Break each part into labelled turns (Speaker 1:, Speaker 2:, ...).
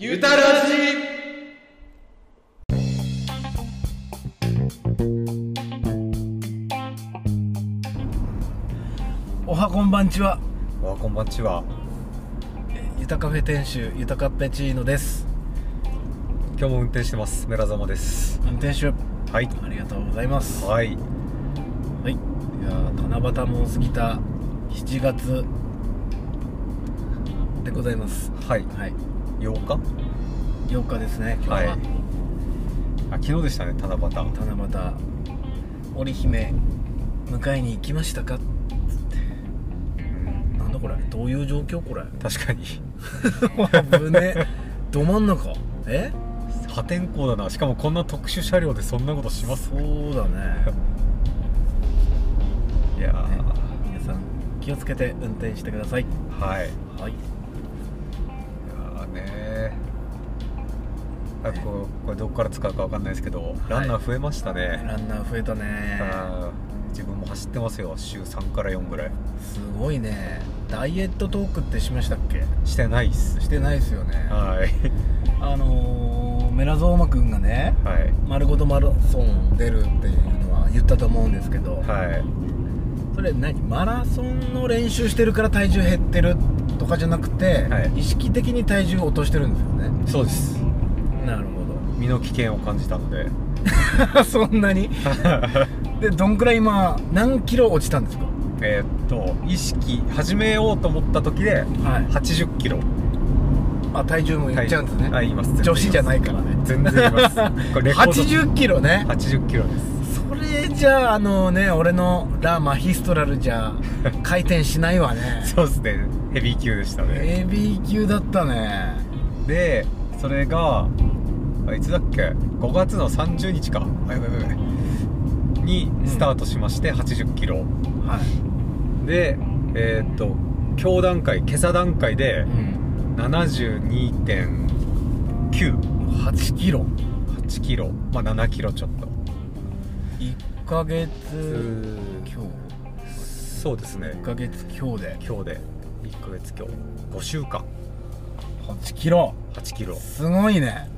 Speaker 1: ゆたらじ
Speaker 2: おはこんばんちは
Speaker 3: わこんばんちは
Speaker 2: ゆたカフェ店主ゆたかっぺチーノです
Speaker 3: 今日も運転してます村様です
Speaker 2: 運転手
Speaker 3: はい
Speaker 2: ありがとうございますは
Speaker 3: は
Speaker 2: い
Speaker 3: い
Speaker 2: いやー七夕も過ぎた7月でございます
Speaker 3: はい
Speaker 2: はい
Speaker 3: 8日
Speaker 2: 8日ですね今
Speaker 3: は
Speaker 2: 日
Speaker 3: い
Speaker 2: は、
Speaker 3: あ昨日でしたね七夕
Speaker 2: 七夕織姫迎えに行きましたか
Speaker 3: うん
Speaker 2: なんだこれどういう状況これ
Speaker 3: 確かに
Speaker 2: 危ねえど真ん中え
Speaker 3: 破天荒だなしかもこんな特殊車両でそんなことします
Speaker 2: そうだね
Speaker 3: い
Speaker 2: ね
Speaker 3: や
Speaker 2: 皆さん気をつけて運転してください
Speaker 3: ーはいい
Speaker 2: はい
Speaker 3: やーねーあこうこれどこから使うかわかんないですけど、ランナー増えましたね、
Speaker 2: ランナー増えたね
Speaker 3: あー自分も走ってますよ週3から4ぐらい
Speaker 2: すごいねダイエットトークってしましたっけ
Speaker 3: してないっす
Speaker 2: してないですよね
Speaker 3: はい
Speaker 2: あのー、メラゾーマくんがね
Speaker 3: はい
Speaker 2: 丸ごとマラソン出るっていうのは言ったと思うんですけど、
Speaker 3: はい
Speaker 2: それ何マラソンの練習してるから体重減ってるとかじゃなくて、
Speaker 3: はい
Speaker 2: 意識的に体重を落としてるんですよね
Speaker 3: そうです
Speaker 2: なる
Speaker 3: 身の危険を感じたので
Speaker 2: ほど そんなにでどんくらい今何キロ落ちたんですか
Speaker 3: えーっと意識始めようと思った時で
Speaker 2: はい
Speaker 3: 80キロ
Speaker 2: あ体重も言っちゃうんですね、
Speaker 3: はい言います全然言います
Speaker 2: 女子じゃないからね
Speaker 3: 全然言いますこれレコード
Speaker 2: 80キロね
Speaker 3: 80キロです
Speaker 2: それじゃああのね俺のラ・マヒストラルじゃ回転しないわね
Speaker 3: そうですねヘビー級でしたね、
Speaker 2: ヘビー級だったね
Speaker 3: でそれがあいつだっけ5月の30日かあやばいやばいやばいに
Speaker 2: ん
Speaker 3: スタートしまして80キロ
Speaker 2: はい、
Speaker 3: でえーっと今日段階今朝段階で
Speaker 2: うん、
Speaker 3: 72.98
Speaker 2: 8キロ
Speaker 3: キロまあ7キロちょっと
Speaker 2: 1ヶ月今
Speaker 3: そうです
Speaker 2: 日
Speaker 3: ね
Speaker 2: 1ヶ月今日で
Speaker 3: 今日で1ヶ月今日5週間
Speaker 2: 8キロ
Speaker 3: 8キロ
Speaker 2: すごいね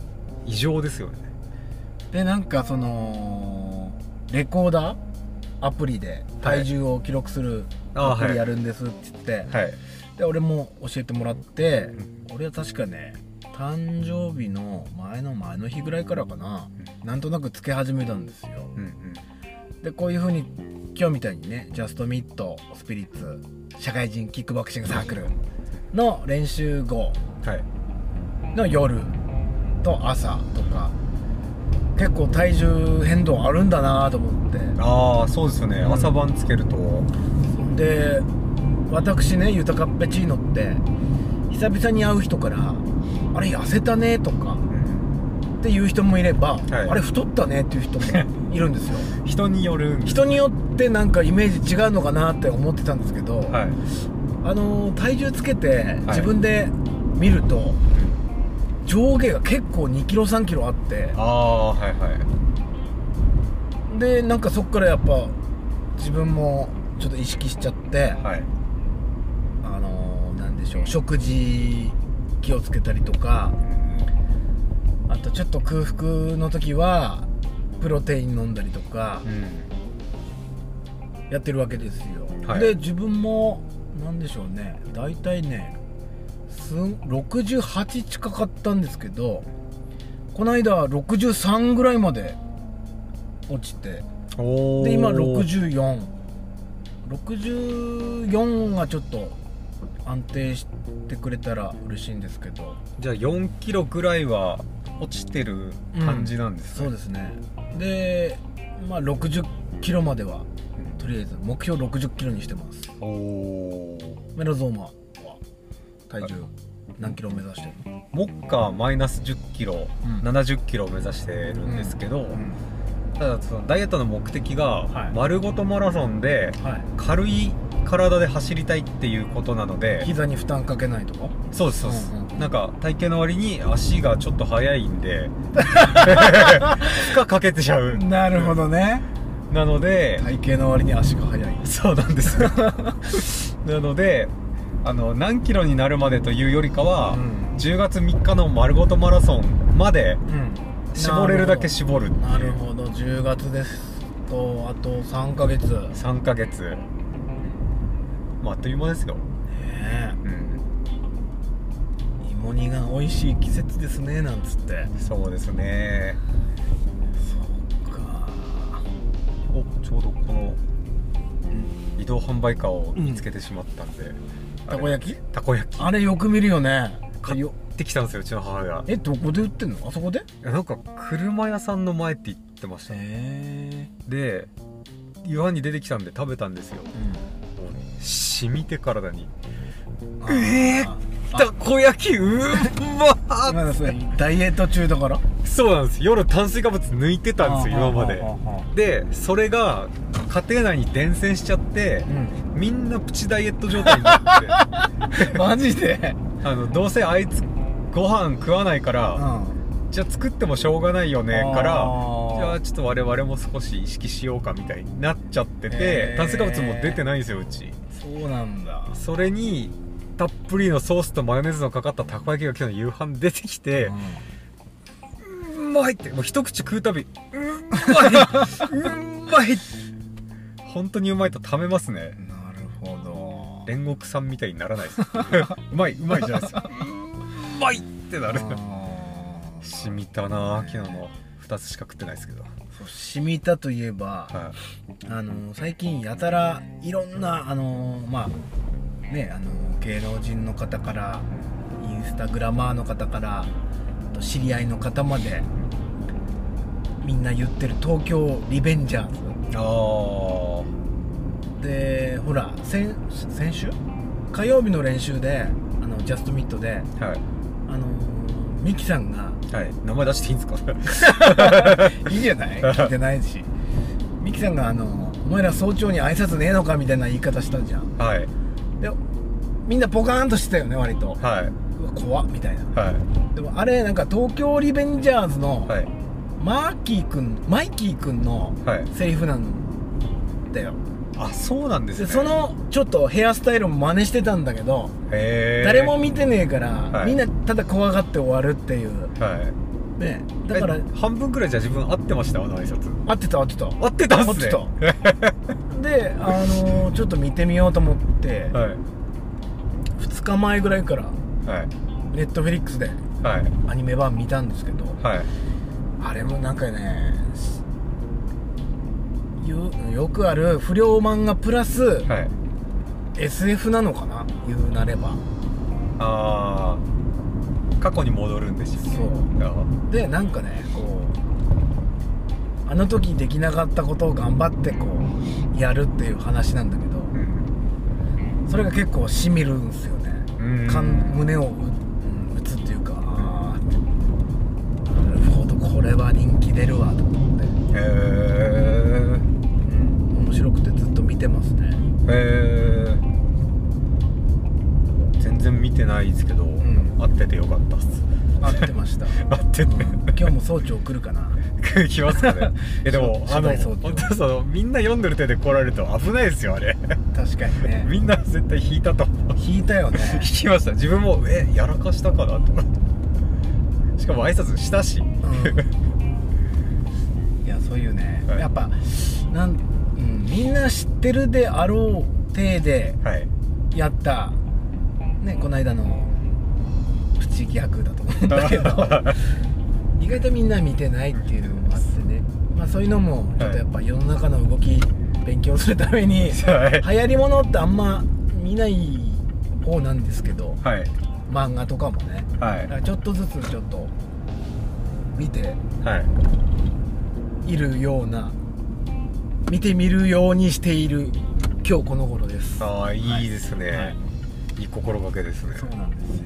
Speaker 3: 異常ですよね
Speaker 2: でなんかそのレコーダーアプリで体重を記録する
Speaker 3: あ
Speaker 2: ア
Speaker 3: ー
Speaker 2: プ
Speaker 3: は
Speaker 2: リ
Speaker 3: い
Speaker 2: やるんですって言って、
Speaker 3: はい
Speaker 2: で俺も教えてもらって、
Speaker 3: う
Speaker 2: 俺は確かね誕生日の前の前の日ぐらいからかな、なんとなくつけ始めたんですよ
Speaker 3: うんうん
Speaker 2: でこういう風に今日みたいにねジャストミットスピリッツ社会人キックボクシングサークルの練習後
Speaker 3: はい
Speaker 2: の夜と朝とか結構体重変動あるんだなと思って
Speaker 3: ああそうですよね、
Speaker 2: ん
Speaker 3: 朝晩つけると
Speaker 2: で私ねユタカッペチーノって久々に会う人から「あれ痩せたね」とか
Speaker 3: うん
Speaker 2: っていう人もいれば、
Speaker 3: い
Speaker 2: あれ太ったねっていう人もいるん ですよ
Speaker 3: 人による
Speaker 2: 人によってなんかイメージ違うのかなって思ってたんですけど、
Speaker 3: はい
Speaker 2: あのー体重つけて自分で見ると、上下が結構2キロ3キロあって
Speaker 3: ああはいはい
Speaker 2: でなんかそっからやっぱ自分もちょっと意識しちゃって、
Speaker 3: はい
Speaker 2: あのーなんでしょう食事気をつけたりとかあとちょっと空腹の時はプロテイン飲んだりとか
Speaker 3: うん、
Speaker 2: やってるわけですよ、
Speaker 3: はい
Speaker 2: で自分もなんでしょうね大体ねすん68近かったんですけどこの間は63ぐらいまで落ちて
Speaker 3: おお
Speaker 2: で今6464がちょっと安定してくれたら嬉しいんですけど
Speaker 3: じゃあ4キロぐらいは落ちてる感じなんですね、
Speaker 2: そうですねでまあ60キロまではとりあえず目標60キロにしてます
Speaker 3: おお
Speaker 2: メラゾーマは体重何キロ目指してるの、
Speaker 3: 目下マイナス1 0キロ、
Speaker 2: うん
Speaker 3: 7 0キロを目指してるんですけど、
Speaker 2: ん、
Speaker 3: ただそのダイエットの目的が
Speaker 2: はい
Speaker 3: 丸ごとマラソンで
Speaker 2: は
Speaker 3: 軽い体で走りたいっていうことなので
Speaker 2: 膝に負担かけないとか
Speaker 3: そうですそうです、
Speaker 2: うんうん
Speaker 3: なんか体型の割に足がちょっと速い んで負荷かけてちゃう
Speaker 2: なるほどね
Speaker 3: なので、
Speaker 2: 体型の割に足が速い
Speaker 3: そうなんですなのであの何キロになるまでというよりかは、
Speaker 2: うん
Speaker 3: 10月3日の丸ごとマラソンまで
Speaker 2: うん
Speaker 3: 絞れるだけ絞るっていう
Speaker 2: なるほど10月ですとあと3ヶ月ね
Speaker 3: 3ヶ月まああっという間ですよ、
Speaker 2: え
Speaker 3: うん、
Speaker 2: 芋煮が美味しい季節ですねなんつって
Speaker 3: そうですね
Speaker 2: そうか
Speaker 3: おちょうどこの
Speaker 2: うん
Speaker 3: 移動販売カーを見つけてしまったんで、あ
Speaker 2: た
Speaker 3: れ
Speaker 2: こ焼き
Speaker 3: たこ焼き
Speaker 2: あれよく見るよね
Speaker 3: 買ってきたんですようちの母親
Speaker 2: えどこで売ってんのあそこで
Speaker 3: なんか車屋さんの前って言ってましたね
Speaker 2: へ
Speaker 3: で岩に出てきたんで食べたんですよも
Speaker 2: えうん
Speaker 3: うね染みて体に
Speaker 2: あ
Speaker 3: えーたこ焼きうー まっ
Speaker 2: 今ですねダイエット中だから
Speaker 3: そうなんです夜炭水化物抜いてたんですよ今まで
Speaker 2: あああああ
Speaker 3: でそれが家庭内に伝染しちゃって
Speaker 2: うん
Speaker 3: みんなプチダイエット状態になって あ
Speaker 2: マジで
Speaker 3: のどうせあいつご飯食わないか
Speaker 2: う
Speaker 3: ら、
Speaker 2: ん
Speaker 3: じゃあ作ってもしょうがないよねからじゃ
Speaker 2: あ
Speaker 3: あ
Speaker 2: ー
Speaker 3: ちょっと我々も少し意識しようかみたいになっちゃってて、
Speaker 2: へー
Speaker 3: 炭水化物も出てないんですようち
Speaker 2: そうなんだ
Speaker 3: それにたっぷりのソースとマヨネーズのかかったたこ焼きが今日の夕飯出てきて、うまいってもう一口食うたびうんまいうんまい本当にうまいと食めますね
Speaker 2: うんなるほど
Speaker 3: 煉獄さんみたいにならないです うまいうまいじゃないですかうまいってなる
Speaker 2: あー
Speaker 3: 染みたな昨日の2つしか食ってないですけど、
Speaker 2: そう染みたといえば、
Speaker 3: は
Speaker 2: あの最近やたらいろんなあのまあねあの芸能人の方からインスタグラマーの方からあと知り合いの方までみんな言ってる東京リベンジャー
Speaker 3: い、ああ
Speaker 2: ズでほら先先週火曜日の練習であのジャストミットで
Speaker 3: はい
Speaker 2: あのミキさんが
Speaker 3: はい、名前出していい んですか
Speaker 2: いいじゃない聞いてないしミキさんがあの「お前ら早朝に挨拶ねえのか」みたいな言い方したじゃん
Speaker 3: はい
Speaker 2: でみんなポカーンとしてたよね割と
Speaker 3: はいう
Speaker 2: わ怖っみたいな
Speaker 3: は
Speaker 2: でもあれなんか東京リベンジャーズの
Speaker 3: いはい
Speaker 2: マーキーくんマイキーくんの
Speaker 3: はい
Speaker 2: セリフなんだよ
Speaker 3: あそうなんです
Speaker 2: で
Speaker 3: ね
Speaker 2: そのちょっとヘアスタイルも真似してたんだけど
Speaker 3: へえ
Speaker 2: 誰も見てねえから、
Speaker 3: はい
Speaker 2: みんなただ怖がって終わるっていう
Speaker 3: はい
Speaker 2: ねだから
Speaker 3: え半分くらいじゃあ自分合ってましたあの挨拶
Speaker 2: 合ってた合ってた
Speaker 3: 合ってたっすね
Speaker 2: 合ってたであのーちょっと見てみようと思って、
Speaker 3: はい
Speaker 2: 2日前ぐらいから
Speaker 3: はい
Speaker 2: ネットフェリックスで
Speaker 3: はい
Speaker 2: アニメ版見たんですけど
Speaker 3: はい
Speaker 2: あれもなんかねすよよくある不良漫画プラス
Speaker 3: はい
Speaker 2: SF なのかな言うなれば
Speaker 3: ああ過去に戻るんでしたっけ
Speaker 2: そう
Speaker 3: あ
Speaker 2: でなんかねこうあの時できなかったことを頑張ってこうやるっていう話なんだけど
Speaker 3: うん
Speaker 2: それが結構しみるんですよね
Speaker 3: うん
Speaker 2: 感胸をううん打つっていうかあーなるほどこれは人気出るわと思って、
Speaker 3: へえ
Speaker 2: うん、面白くてずっと見てますね
Speaker 3: へえ全然見てないですけど、
Speaker 2: ん
Speaker 3: 合っててよかったっす
Speaker 2: 合ってました、
Speaker 3: 合って
Speaker 2: う
Speaker 3: て、
Speaker 2: ん、今日も早朝来るかな
Speaker 3: 来きます かねえでも
Speaker 2: そう
Speaker 3: あの
Speaker 2: 初代総長
Speaker 3: 本当そのみんな読んでる手で来られると危ないですよあれ
Speaker 2: 確かにね
Speaker 3: みんな絶対引いたと思う
Speaker 2: 引いたよね
Speaker 3: 引きました自分もえやらかしたかなと思ってしかも挨拶したし、
Speaker 2: うんいやそういうね、
Speaker 3: はい
Speaker 2: やっぱなん、うん、みんな知ってるであろう体で
Speaker 3: はい
Speaker 2: やったねこの間のプチギャグだと思うんだけど意外とみんな見てないっていうのもあってね、まあ、そういうのもちょっとやっぱ世の中の動き勉強するため に流
Speaker 3: はい
Speaker 2: 行りものってあんま見ない方なんですけど
Speaker 3: はい
Speaker 2: 漫画とかもね
Speaker 3: は
Speaker 2: だ
Speaker 3: い
Speaker 2: からちょっとずつちょっと見て
Speaker 3: はい
Speaker 2: いるような見てみるようにしている今日この頃です
Speaker 3: ああいいですね、
Speaker 2: はい
Speaker 3: い、い心がけですね
Speaker 2: そうなんですよ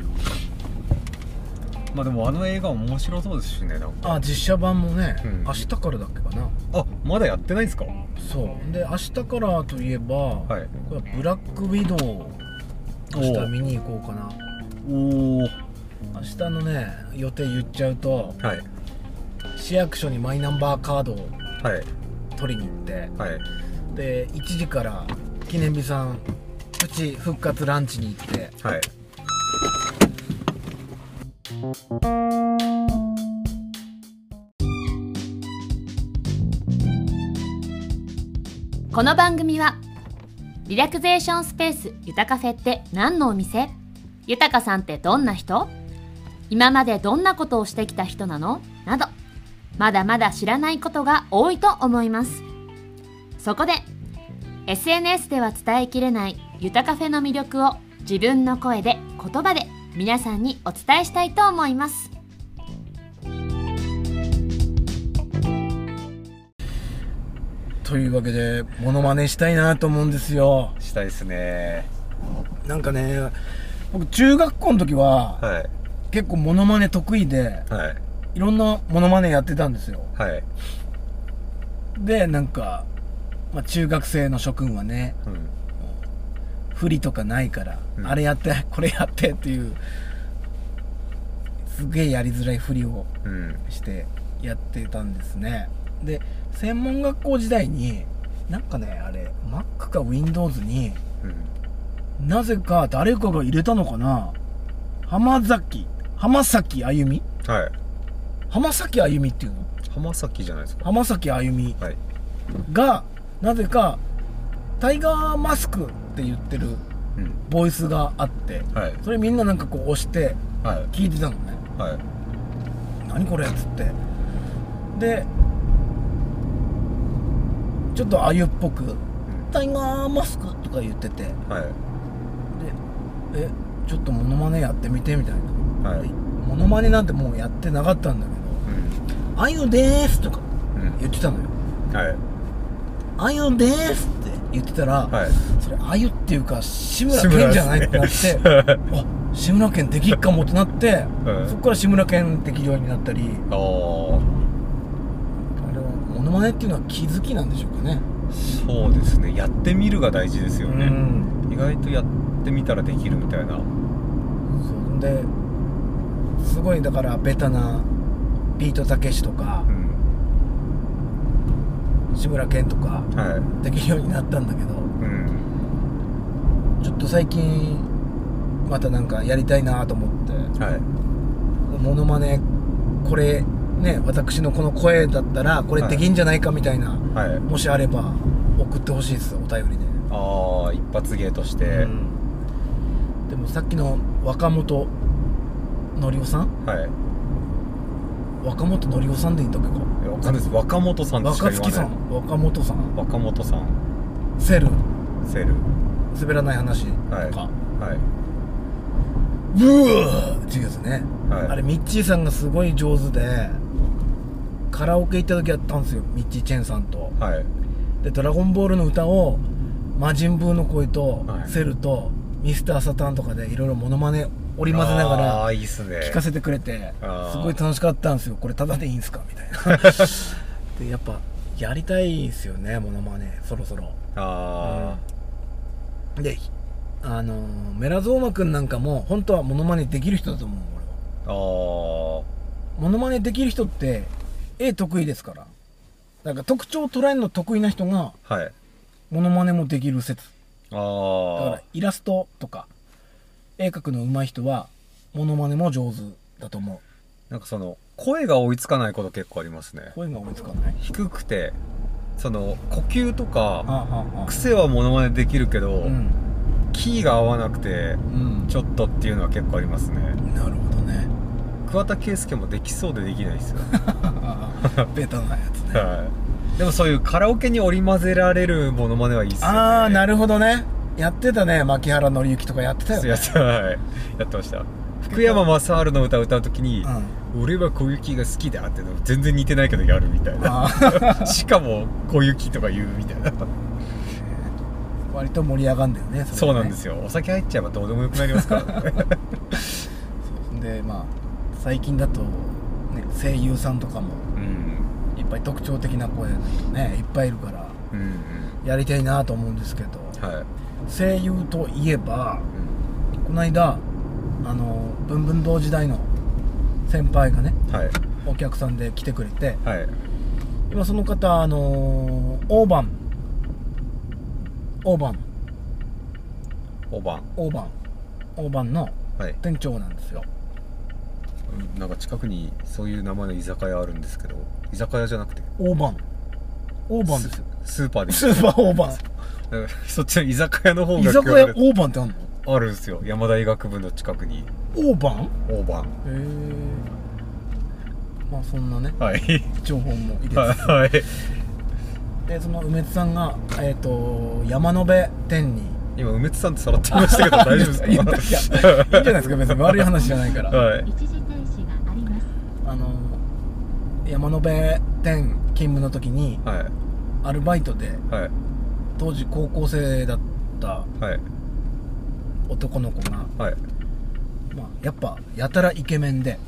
Speaker 3: まあでもあの映画面白そうですしねなんか
Speaker 2: あ実写版もね、
Speaker 3: うん
Speaker 2: 明日からだっけかな
Speaker 3: あまだやってないんですか
Speaker 2: そうで明日からといえば、
Speaker 3: はい
Speaker 2: これはブラックウィドウを明
Speaker 3: お
Speaker 2: 日
Speaker 3: う
Speaker 2: 見に行こうかな
Speaker 3: おお
Speaker 2: 明日のね予定言っちゃうと
Speaker 3: はい
Speaker 2: 市役所にマイナンバーカードを
Speaker 3: はい
Speaker 2: 取りに行って
Speaker 3: はい
Speaker 2: で1時から記念日さんプチ復活ランチに行って
Speaker 3: はい
Speaker 1: この番組はリラクゼーションスペースゆたカフェって何のお店ゆたかさんってどんな人今までどんなことをしてきた人なのなどまだまだ知らないことが多いと思いますそこで SNS では伝えきれないゆたカフェの魅力を自分の声で言葉で皆さんにお伝えしたいと思います
Speaker 2: というわけでモノマネしたいなと思うんですよ
Speaker 3: したいですね
Speaker 2: なんかね僕中学校の時は
Speaker 3: はい
Speaker 2: 結構モノマネ得意で
Speaker 3: はい
Speaker 2: いろんなモノマネやってたんですよ
Speaker 3: はい、
Speaker 2: でなんか、まあ、中学生の諸君はね
Speaker 3: うん、
Speaker 2: 不利とかないから、
Speaker 3: うん
Speaker 2: あれやってこれやってっていうすげえやりづらいふりを
Speaker 3: うん
Speaker 2: してやってたんですねで専門学校時代になんかねあれ Mac か Windows に
Speaker 3: うん
Speaker 2: なぜか誰かが入れたのかな浜崎浜崎あゆみ
Speaker 3: はい
Speaker 2: 浜崎あゆみっていうの
Speaker 3: 浜崎じゃないですか
Speaker 2: 浜崎あゆみ
Speaker 3: はい
Speaker 2: がなぜかタイガーマスクって言ってる
Speaker 3: うん
Speaker 2: ボイスがあって
Speaker 3: はい
Speaker 2: それみんななんかこう押して
Speaker 3: はい
Speaker 2: 聞いてたのね
Speaker 3: はい
Speaker 2: 何これっつってでちょっとあゆっぽく「タイガーマスク」とか言っててで
Speaker 3: はい
Speaker 2: 「えちょっとモノマネやってみて」みたいな
Speaker 3: はい
Speaker 2: モノマネなんてもうやってなかったんだけど「あゆでーす」とか
Speaker 3: うんうん
Speaker 2: 言ってたのよ
Speaker 3: はい
Speaker 2: 「あゆでーす」って言ってたら、
Speaker 3: はい
Speaker 2: それあゆっていうか志村けんじゃないってなって、
Speaker 3: 志村ですね
Speaker 2: あ志村けんできっかもってなって、
Speaker 3: うん
Speaker 2: そこから志村けんできるようになったり
Speaker 3: ああ
Speaker 2: あれはモノマネっていうのは気づきなんでしょうかね
Speaker 3: そうですねやってみるが大事ですよ
Speaker 2: う
Speaker 3: ね、
Speaker 2: ん
Speaker 3: 意外とやってみたらできるみたいなは
Speaker 2: そうですごいだからベタなビートたけしとか
Speaker 3: うん
Speaker 2: 志村けんとか
Speaker 3: はい
Speaker 2: できるようになったんだけど
Speaker 3: うん
Speaker 2: ちょっと最近またなんかやりたいなと思って
Speaker 3: はい
Speaker 2: モノマネこれね私のこの声だったらこれできんじゃないかみたいな、
Speaker 3: はい
Speaker 2: もしあれば送ってほしいですお便りで、
Speaker 3: ああ一発芸として、
Speaker 2: うんでもさっきの若本のりおさん
Speaker 3: はい
Speaker 2: 若本のりおさんでいいんだっけか
Speaker 3: いやわかんないです若本さんとしか
Speaker 2: 若
Speaker 3: 言
Speaker 2: 月
Speaker 3: わ
Speaker 2: さ
Speaker 3: ない
Speaker 2: ん若本さん
Speaker 3: 若本さん
Speaker 2: セル
Speaker 3: セル
Speaker 2: 滑らない話とか、
Speaker 3: はいはいう
Speaker 2: わーっていうやつね、
Speaker 3: はい
Speaker 2: あれミッチーさんがすごい上手でカラオケ行った時やったんですよミッチーチェンさんと
Speaker 3: はい
Speaker 2: で「ドラゴンボール」の歌を魔人ブーの声と、
Speaker 3: はい
Speaker 2: セルとミスターサタンとかでいろいろモノマネ織り交ぜながら
Speaker 3: ああいいっすね
Speaker 2: 聞かせてくれて
Speaker 3: あー
Speaker 2: すごい楽しかったんですよこれタダでいいんすかみ たいなでやっぱやりたいですよねモノマネそろそろ
Speaker 3: あ
Speaker 2: であのーメラゾーマくんなんかも本当はモノマネできる人だと思う俺は
Speaker 3: あ、あー
Speaker 2: モノマネできる人って絵得意ですからなんか特徴を捉えるの得意な人が
Speaker 3: はい
Speaker 2: モノマネもできる説だか
Speaker 3: あ
Speaker 2: ら
Speaker 3: ー
Speaker 2: イラストとか絵描くの上手い人はモノマネも上手だと思
Speaker 3: なんかその声が追いつかないこと結構ありますね
Speaker 2: う声が追いつかない
Speaker 3: 低くてその呼吸と
Speaker 2: あ
Speaker 3: か
Speaker 2: あああ
Speaker 3: 癖はモノマネできるけど、
Speaker 2: あうん
Speaker 3: キーが合わなくて
Speaker 2: うん
Speaker 3: ちょっとっていうのは結構ありますね
Speaker 2: なるほどね
Speaker 3: 桑田佳祐もできそうでできない ですよ、
Speaker 2: ベタなや つね
Speaker 3: はい、でもそういうカラオケに織り交ぜられるモノマネはいいっすよね
Speaker 2: ああな
Speaker 3: る
Speaker 2: るほどねやってたね牧原紀之とかやってたよ
Speaker 3: や
Speaker 2: ね
Speaker 3: ってはい やってました福山雅治の歌を歌う時に
Speaker 2: うん
Speaker 3: 「俺は小雪が好きだ」っての全然似てないけどやるみた いな
Speaker 2: あー
Speaker 3: しかも小雪とか言うみたいな
Speaker 2: 割と盛り上がんだよねれ
Speaker 3: そうなん
Speaker 2: ね
Speaker 3: ですよお酒入っちゃえばどうでもよくなりますからね
Speaker 2: でまあ最近だと、ね、声優さんとかも
Speaker 3: うん
Speaker 2: いっぱい特徴的な声の人ねいっぱいいるから
Speaker 3: うん
Speaker 2: やりたいなと思うんですけど
Speaker 3: うんはい、
Speaker 2: 声優といえば
Speaker 3: う
Speaker 2: この間あの文文堂時代の先輩がね
Speaker 3: ん、はい
Speaker 2: お客さんで来てくれて
Speaker 3: はい
Speaker 2: 今その方あの大番大番
Speaker 3: おばん
Speaker 2: 大番大番の
Speaker 3: はい
Speaker 2: 店長なんですよ
Speaker 3: なんか近くにそういう名前の居酒屋あるんですけど居酒屋じゃなくて
Speaker 2: 大判大判です
Speaker 3: ス
Speaker 2: よ
Speaker 3: スーパーで
Speaker 2: スーパー大判
Speaker 3: なんか そっちの居酒屋の方が
Speaker 2: 居酒
Speaker 3: 今日あ
Speaker 2: 屋
Speaker 3: る
Speaker 2: 大判ってあんの
Speaker 3: あるんですよ山田医学部の近くに
Speaker 2: 大判
Speaker 3: 大判
Speaker 2: へえまあそんなね
Speaker 3: はい
Speaker 2: 情報も入れつつ
Speaker 3: はい
Speaker 2: でその梅津さんが、えー、と山野辺店に
Speaker 3: 今梅津さんってさらってましたけど大丈夫ですか
Speaker 2: いやいやいいんじゃないですか別に悪い話じゃない から、
Speaker 3: はい
Speaker 1: 一時停止があります
Speaker 2: あの山野辺店勤務の時に
Speaker 3: はい
Speaker 2: アルバイトで
Speaker 3: はい
Speaker 2: 当時高校生だった
Speaker 3: はい
Speaker 2: 男の子が、
Speaker 3: はい
Speaker 2: まあ、やっぱやたらイケメンで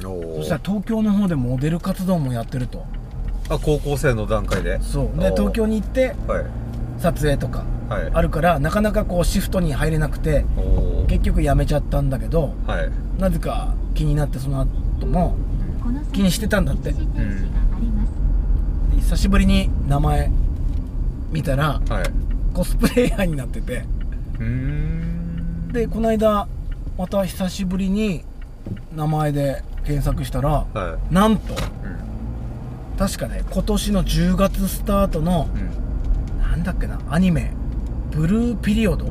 Speaker 3: お
Speaker 2: そ
Speaker 3: ー
Speaker 2: したら東京の方でモデル活動もやってると
Speaker 3: あ高校生の段階で
Speaker 2: そうで
Speaker 3: おー
Speaker 2: 東京に行って
Speaker 3: はい
Speaker 2: 撮影とか
Speaker 3: はい
Speaker 2: あるからなかなかこうシフトに入れなくて
Speaker 3: おおー
Speaker 2: 結局辞めちゃったんだけど
Speaker 3: はい
Speaker 2: なぜか気になってその後も
Speaker 1: この
Speaker 2: 気にしてたんだって
Speaker 1: 一時停止があります、
Speaker 2: 久しぶりに名前見たら
Speaker 3: はい
Speaker 2: コスプレイヤーになってて
Speaker 3: うーん
Speaker 2: でこの間また久しぶりに名前で検索したら
Speaker 3: は
Speaker 2: なんと
Speaker 3: いうん
Speaker 2: 確かね今年の10月スタートの
Speaker 3: うん
Speaker 2: なんだっけなアニメ「ブルーピリオド」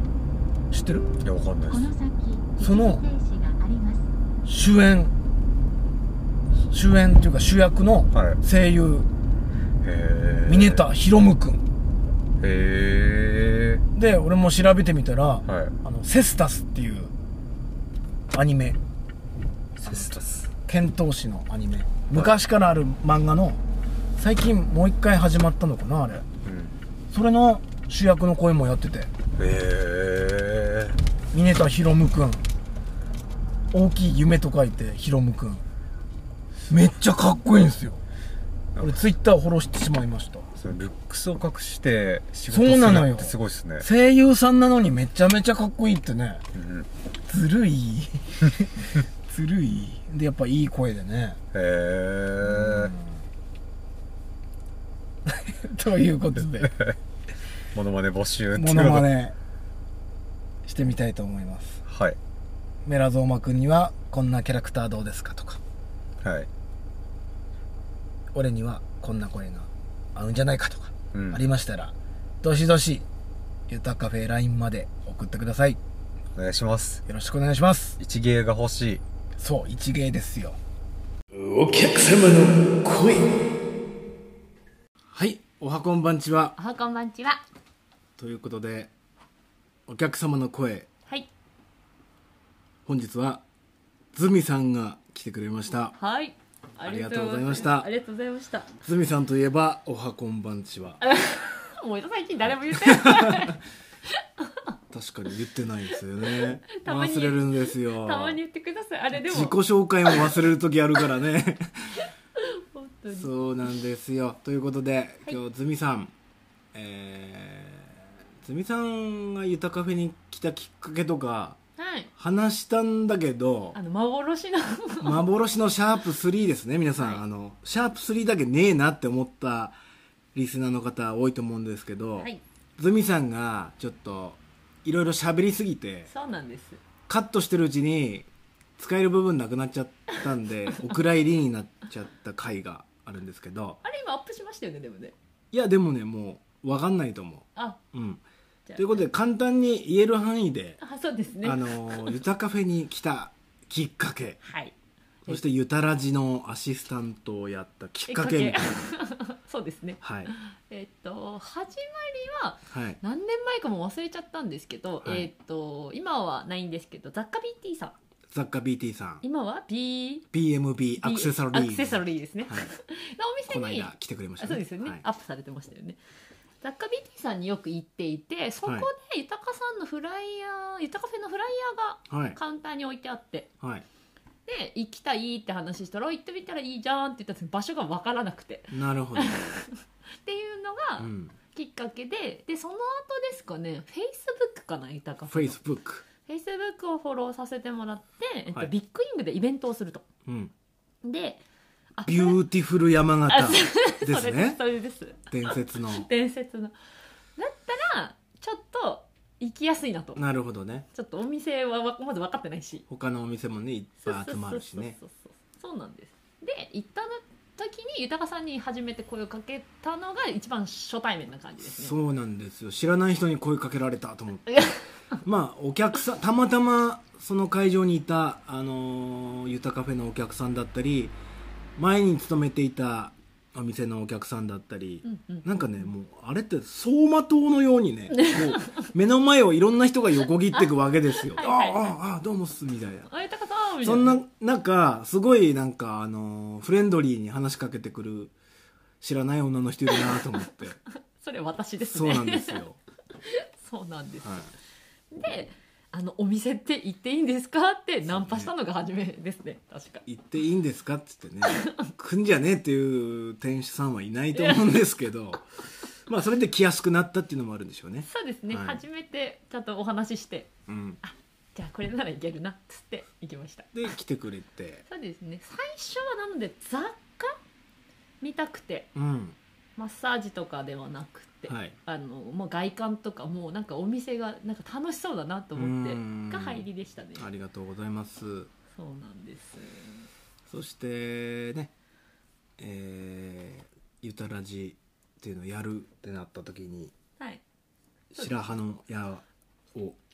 Speaker 2: 知ってる
Speaker 3: いやわかんないで
Speaker 1: こ
Speaker 3: す
Speaker 1: の先一時
Speaker 2: そ
Speaker 1: 停止
Speaker 2: の
Speaker 1: があります
Speaker 2: 主演主演っていうか主役の
Speaker 3: はい
Speaker 2: 声優
Speaker 3: へえ
Speaker 2: 峰田博夢君
Speaker 3: へ
Speaker 2: で俺も調べてみたら、
Speaker 3: えはい
Speaker 2: あのセスタスっていうアニメ
Speaker 3: セスタス
Speaker 2: 遣唐使のアニメ昔からある漫画の最近もう一回始まったのかなあれ
Speaker 3: うん
Speaker 2: それの主役の声もやってて
Speaker 3: へえ
Speaker 2: 峰田ひろむくん大きい夢と書いてひろむくんめっちゃかっこいいんですよ俺ツイッターをフォローしてしまいました
Speaker 3: そのルックスを隠して仕事
Speaker 2: そう
Speaker 3: する
Speaker 2: なの
Speaker 3: っ
Speaker 2: よ
Speaker 3: てすごいですね
Speaker 2: 声優さんなのにめちゃめちゃかっこいいってね
Speaker 3: うん
Speaker 2: ずるい ずるいでやっぱいい声でね
Speaker 3: へえ
Speaker 2: ということで
Speaker 3: モノマネ募集ってい
Speaker 2: モ
Speaker 3: うの
Speaker 2: ノ
Speaker 3: が
Speaker 2: マネしてみたいと思います
Speaker 3: はい
Speaker 2: メラゾーマくんにはこんなキャラクターどうですかとか
Speaker 3: はい
Speaker 2: 俺にはこんな声が合うんじゃないかとか、
Speaker 3: うん
Speaker 2: ありましたらどしどしゆたカフェ LINE まで送ってください
Speaker 3: お願いします
Speaker 2: よろしくお願いします
Speaker 3: 一芸が欲しい
Speaker 2: そう一芸ですよ
Speaker 4: お客様の声
Speaker 5: はい、おはこんばんちは
Speaker 6: おはこんばんちは
Speaker 5: ということでお客様の声
Speaker 6: はい
Speaker 5: 本日はズミさんが来てくれました
Speaker 6: はい
Speaker 5: ありがとうございました
Speaker 6: ありがとうございました
Speaker 5: ズミさんといえばおはこんばんちは
Speaker 6: もう最近誰も言ってない
Speaker 5: 確かに言ってないですよね
Speaker 6: たまに
Speaker 5: 忘れるんですよ
Speaker 6: たまに言ってくださいあれでも
Speaker 5: 自己紹介も忘れる時あるから ね
Speaker 6: 本当に
Speaker 5: そうなんですよということで今日ズミさんえー、ズミさんが「ゆたカフェ」に来たきっかけとか
Speaker 6: はい
Speaker 5: 話したんだけど
Speaker 6: あの幻の
Speaker 5: 幻のシャープ3ですね皆さん、あのシャープ3だけねえなって思ったリスナーの方多いと思うんですけど、
Speaker 6: はい
Speaker 5: ズミさんがちょっといろいろ喋りすぎて
Speaker 6: そうなんです
Speaker 5: カットしてるうちに使える部分なくなっちゃったん でお蔵入りになっちゃった回があるんですけど
Speaker 6: あれ今アップしましたよねでもね
Speaker 5: いやでもねもう分かんないと思
Speaker 6: あ
Speaker 5: ううん
Speaker 6: じゃあ
Speaker 5: ということで簡単に言える範囲で、
Speaker 6: あそうですね
Speaker 5: あの ゆたカフェに来たきっかけ
Speaker 6: はい
Speaker 5: そしてゆたらじのアシスタントをやったきっかけみたいな
Speaker 6: そうですね
Speaker 5: はい
Speaker 6: えっと始まりは
Speaker 5: はい
Speaker 6: 何年前かも忘れちゃったんですけど、
Speaker 5: はい
Speaker 6: えっと今はないんですけど雑貨 BT さん
Speaker 5: 雑貨 BT さん
Speaker 6: 今は B
Speaker 5: BMB アクセサリー
Speaker 6: アクセサリーですね、
Speaker 5: はい
Speaker 6: のお店
Speaker 5: こ
Speaker 6: に
Speaker 5: の間来てくれました
Speaker 6: あそうですよね、
Speaker 5: はい
Speaker 6: アップされてましたよね雑貨 BT さんによく行っていてそこ
Speaker 5: は
Speaker 6: で豊さんのフライヤー豊カフェのフライ
Speaker 5: は
Speaker 6: ヤー
Speaker 5: い
Speaker 6: がカウンターに置いてあって
Speaker 5: はい
Speaker 6: で行きたいって話したら行ってみたらいいじゃんって言ったんですけど場所が分からなくて
Speaker 5: なるほど
Speaker 6: っていうの
Speaker 5: う
Speaker 6: が
Speaker 5: ん
Speaker 6: きっかけで、でその後ですかねフェイスブックかな豊カフ
Speaker 5: フェ
Speaker 6: ェ
Speaker 5: イ
Speaker 6: の
Speaker 5: スブック
Speaker 6: フェイスブックをフォローさせてもらって、えっと
Speaker 5: はい
Speaker 6: ビッグイングでイベントをすると
Speaker 5: うん
Speaker 6: であ
Speaker 5: ビューティフル山
Speaker 6: あ
Speaker 5: 形で
Speaker 6: そ
Speaker 5: す
Speaker 6: れです
Speaker 5: ね
Speaker 6: それです
Speaker 5: 伝説の
Speaker 6: 伝説のだったらちょっと行きやすいなと
Speaker 5: なるほどね
Speaker 6: ちょっとお店はわまず分かってないし
Speaker 5: 他のお店もねいっぱい集まるしね
Speaker 6: そうそうそうそうなんですで行った時に豊さんに初めて声をかけたのが一番初対面な感じです
Speaker 2: そ
Speaker 6: ね
Speaker 2: うなんですよ知らない人に声かけられたと思って
Speaker 6: いや
Speaker 2: まあお客さんたまたまその会場にいたあのーゆたカフェのお客さんだったり前に勤めていたお店のお客さんだったり、
Speaker 6: うんうん
Speaker 2: なんかねもうあれって走馬灯のようにねもう目の前をいろんな人が横切っていくわけですよああ
Speaker 6: はい
Speaker 2: ああどうもっすみたいな
Speaker 6: あ豊さんみたい
Speaker 2: そんな中すごいなんかあのーフレンドリーに話しかけてくる知らない女の人いるなと思って
Speaker 6: それ私です
Speaker 2: そ
Speaker 6: ね
Speaker 2: うなんですよ、
Speaker 6: そうなんです、
Speaker 2: はい、
Speaker 6: であのお店って行っていいんですかってナンパしたのが初めですね確か
Speaker 2: 行っていいんですかって言ってね来んじゃねえっていう店主さんはいないと思うんですけどまあそれで来やすくなったっていうのもあるんでしょうね、
Speaker 6: そうですね、
Speaker 2: はい
Speaker 6: 初めてちゃんとお話しして
Speaker 2: うん、
Speaker 6: じゃあこれならいけるなっつって行きました
Speaker 2: で来てくれて
Speaker 6: そうですね最初はなので雑貨見たくて
Speaker 2: うん
Speaker 6: マッサージとかではなくて、
Speaker 2: はい
Speaker 6: あのもう外観とかもうなんかお店がなんか楽しそうだなと思
Speaker 2: うー
Speaker 6: っ
Speaker 2: ん
Speaker 6: てが入りでしたね
Speaker 2: ありがとうございます
Speaker 6: そうなんです
Speaker 2: そしてねえー、ゆたらじっていうのをやるってなった時に
Speaker 6: はい
Speaker 2: 白羽の矢を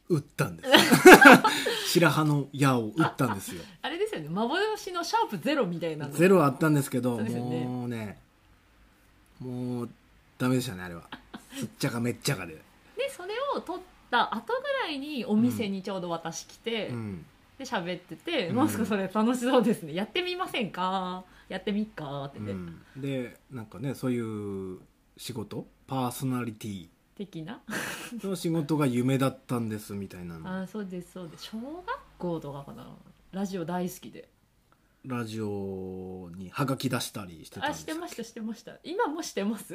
Speaker 2: 打ったんです 白羽の矢を打ったんですよ
Speaker 6: あれですよね幻のシャープゼロみたい なの
Speaker 2: ゼロあったんですけど
Speaker 6: そうですよね
Speaker 2: もうねもうダメでしたねあれはすっちゃかめっちゃかで、
Speaker 6: でそれを撮った後ぐらいにお店にちょうど私来て、
Speaker 2: うん、
Speaker 6: で喋ってて「
Speaker 2: うん
Speaker 6: マスクそれ楽しそうですねやってみませんかやってみっか」ってね、
Speaker 2: うんでなんかねそういう仕事パーソナリティ
Speaker 6: 的な
Speaker 2: の仕事が夢だったんですみたいなの
Speaker 6: あそうですそうです小学校とかかなラジオ大好きで
Speaker 2: ラジオにはがき出したりしてたん
Speaker 6: あ
Speaker 2: で
Speaker 6: し
Speaker 2: す
Speaker 6: て
Speaker 2: よ
Speaker 6: ましたしてました今もしてます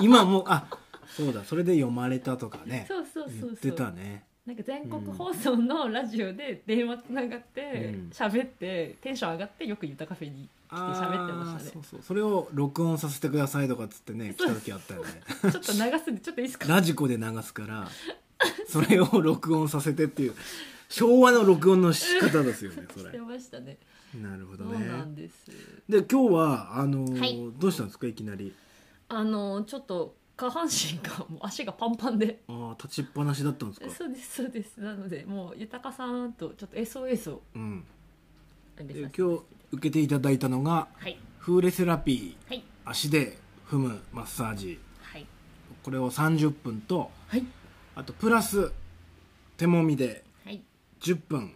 Speaker 2: 今もうあそうだそれで読まれたとかね
Speaker 6: そうそうそうそう
Speaker 2: 言ってたね
Speaker 6: なんか全国放送のラジオで電話つながって
Speaker 2: うん
Speaker 6: 喋、ってテンション上がってよく「ゆたカフェ」に来て喋ってま
Speaker 2: あー
Speaker 6: した
Speaker 2: そ
Speaker 6: ね
Speaker 2: うそうそれを録音させてくださいとかっつってね来
Speaker 6: そう
Speaker 2: た時あったよね
Speaker 6: ちょっと流すんでちょっといいですか
Speaker 2: ラジコで流すから、それを録音させてっていう、昭和の録音の仕方ですよね、 そ
Speaker 6: して
Speaker 2: れ。
Speaker 6: ましたね
Speaker 2: なるほ
Speaker 6: そ
Speaker 2: ど
Speaker 6: うな
Speaker 2: ね。
Speaker 6: んです
Speaker 2: で、今日は、あのー
Speaker 1: はい
Speaker 2: どうしたんですか、いきなり。
Speaker 6: あのちょっと下半身がもう足がパンパンで
Speaker 2: ああ、立ちっぱなしだったんですか。
Speaker 6: そうですそうですなのでもう豊さんとちょっと SOS を
Speaker 2: うん。
Speaker 6: あ
Speaker 2: で
Speaker 6: げ
Speaker 2: 今
Speaker 6: させて
Speaker 2: 日受けていただいたのが、
Speaker 1: はい
Speaker 2: フーレセラピー、
Speaker 1: はい
Speaker 2: 足で踏むマッサージ。
Speaker 1: はい
Speaker 2: これを30分と、
Speaker 6: はい
Speaker 2: あとプラス、手もみで
Speaker 1: はい
Speaker 2: 10分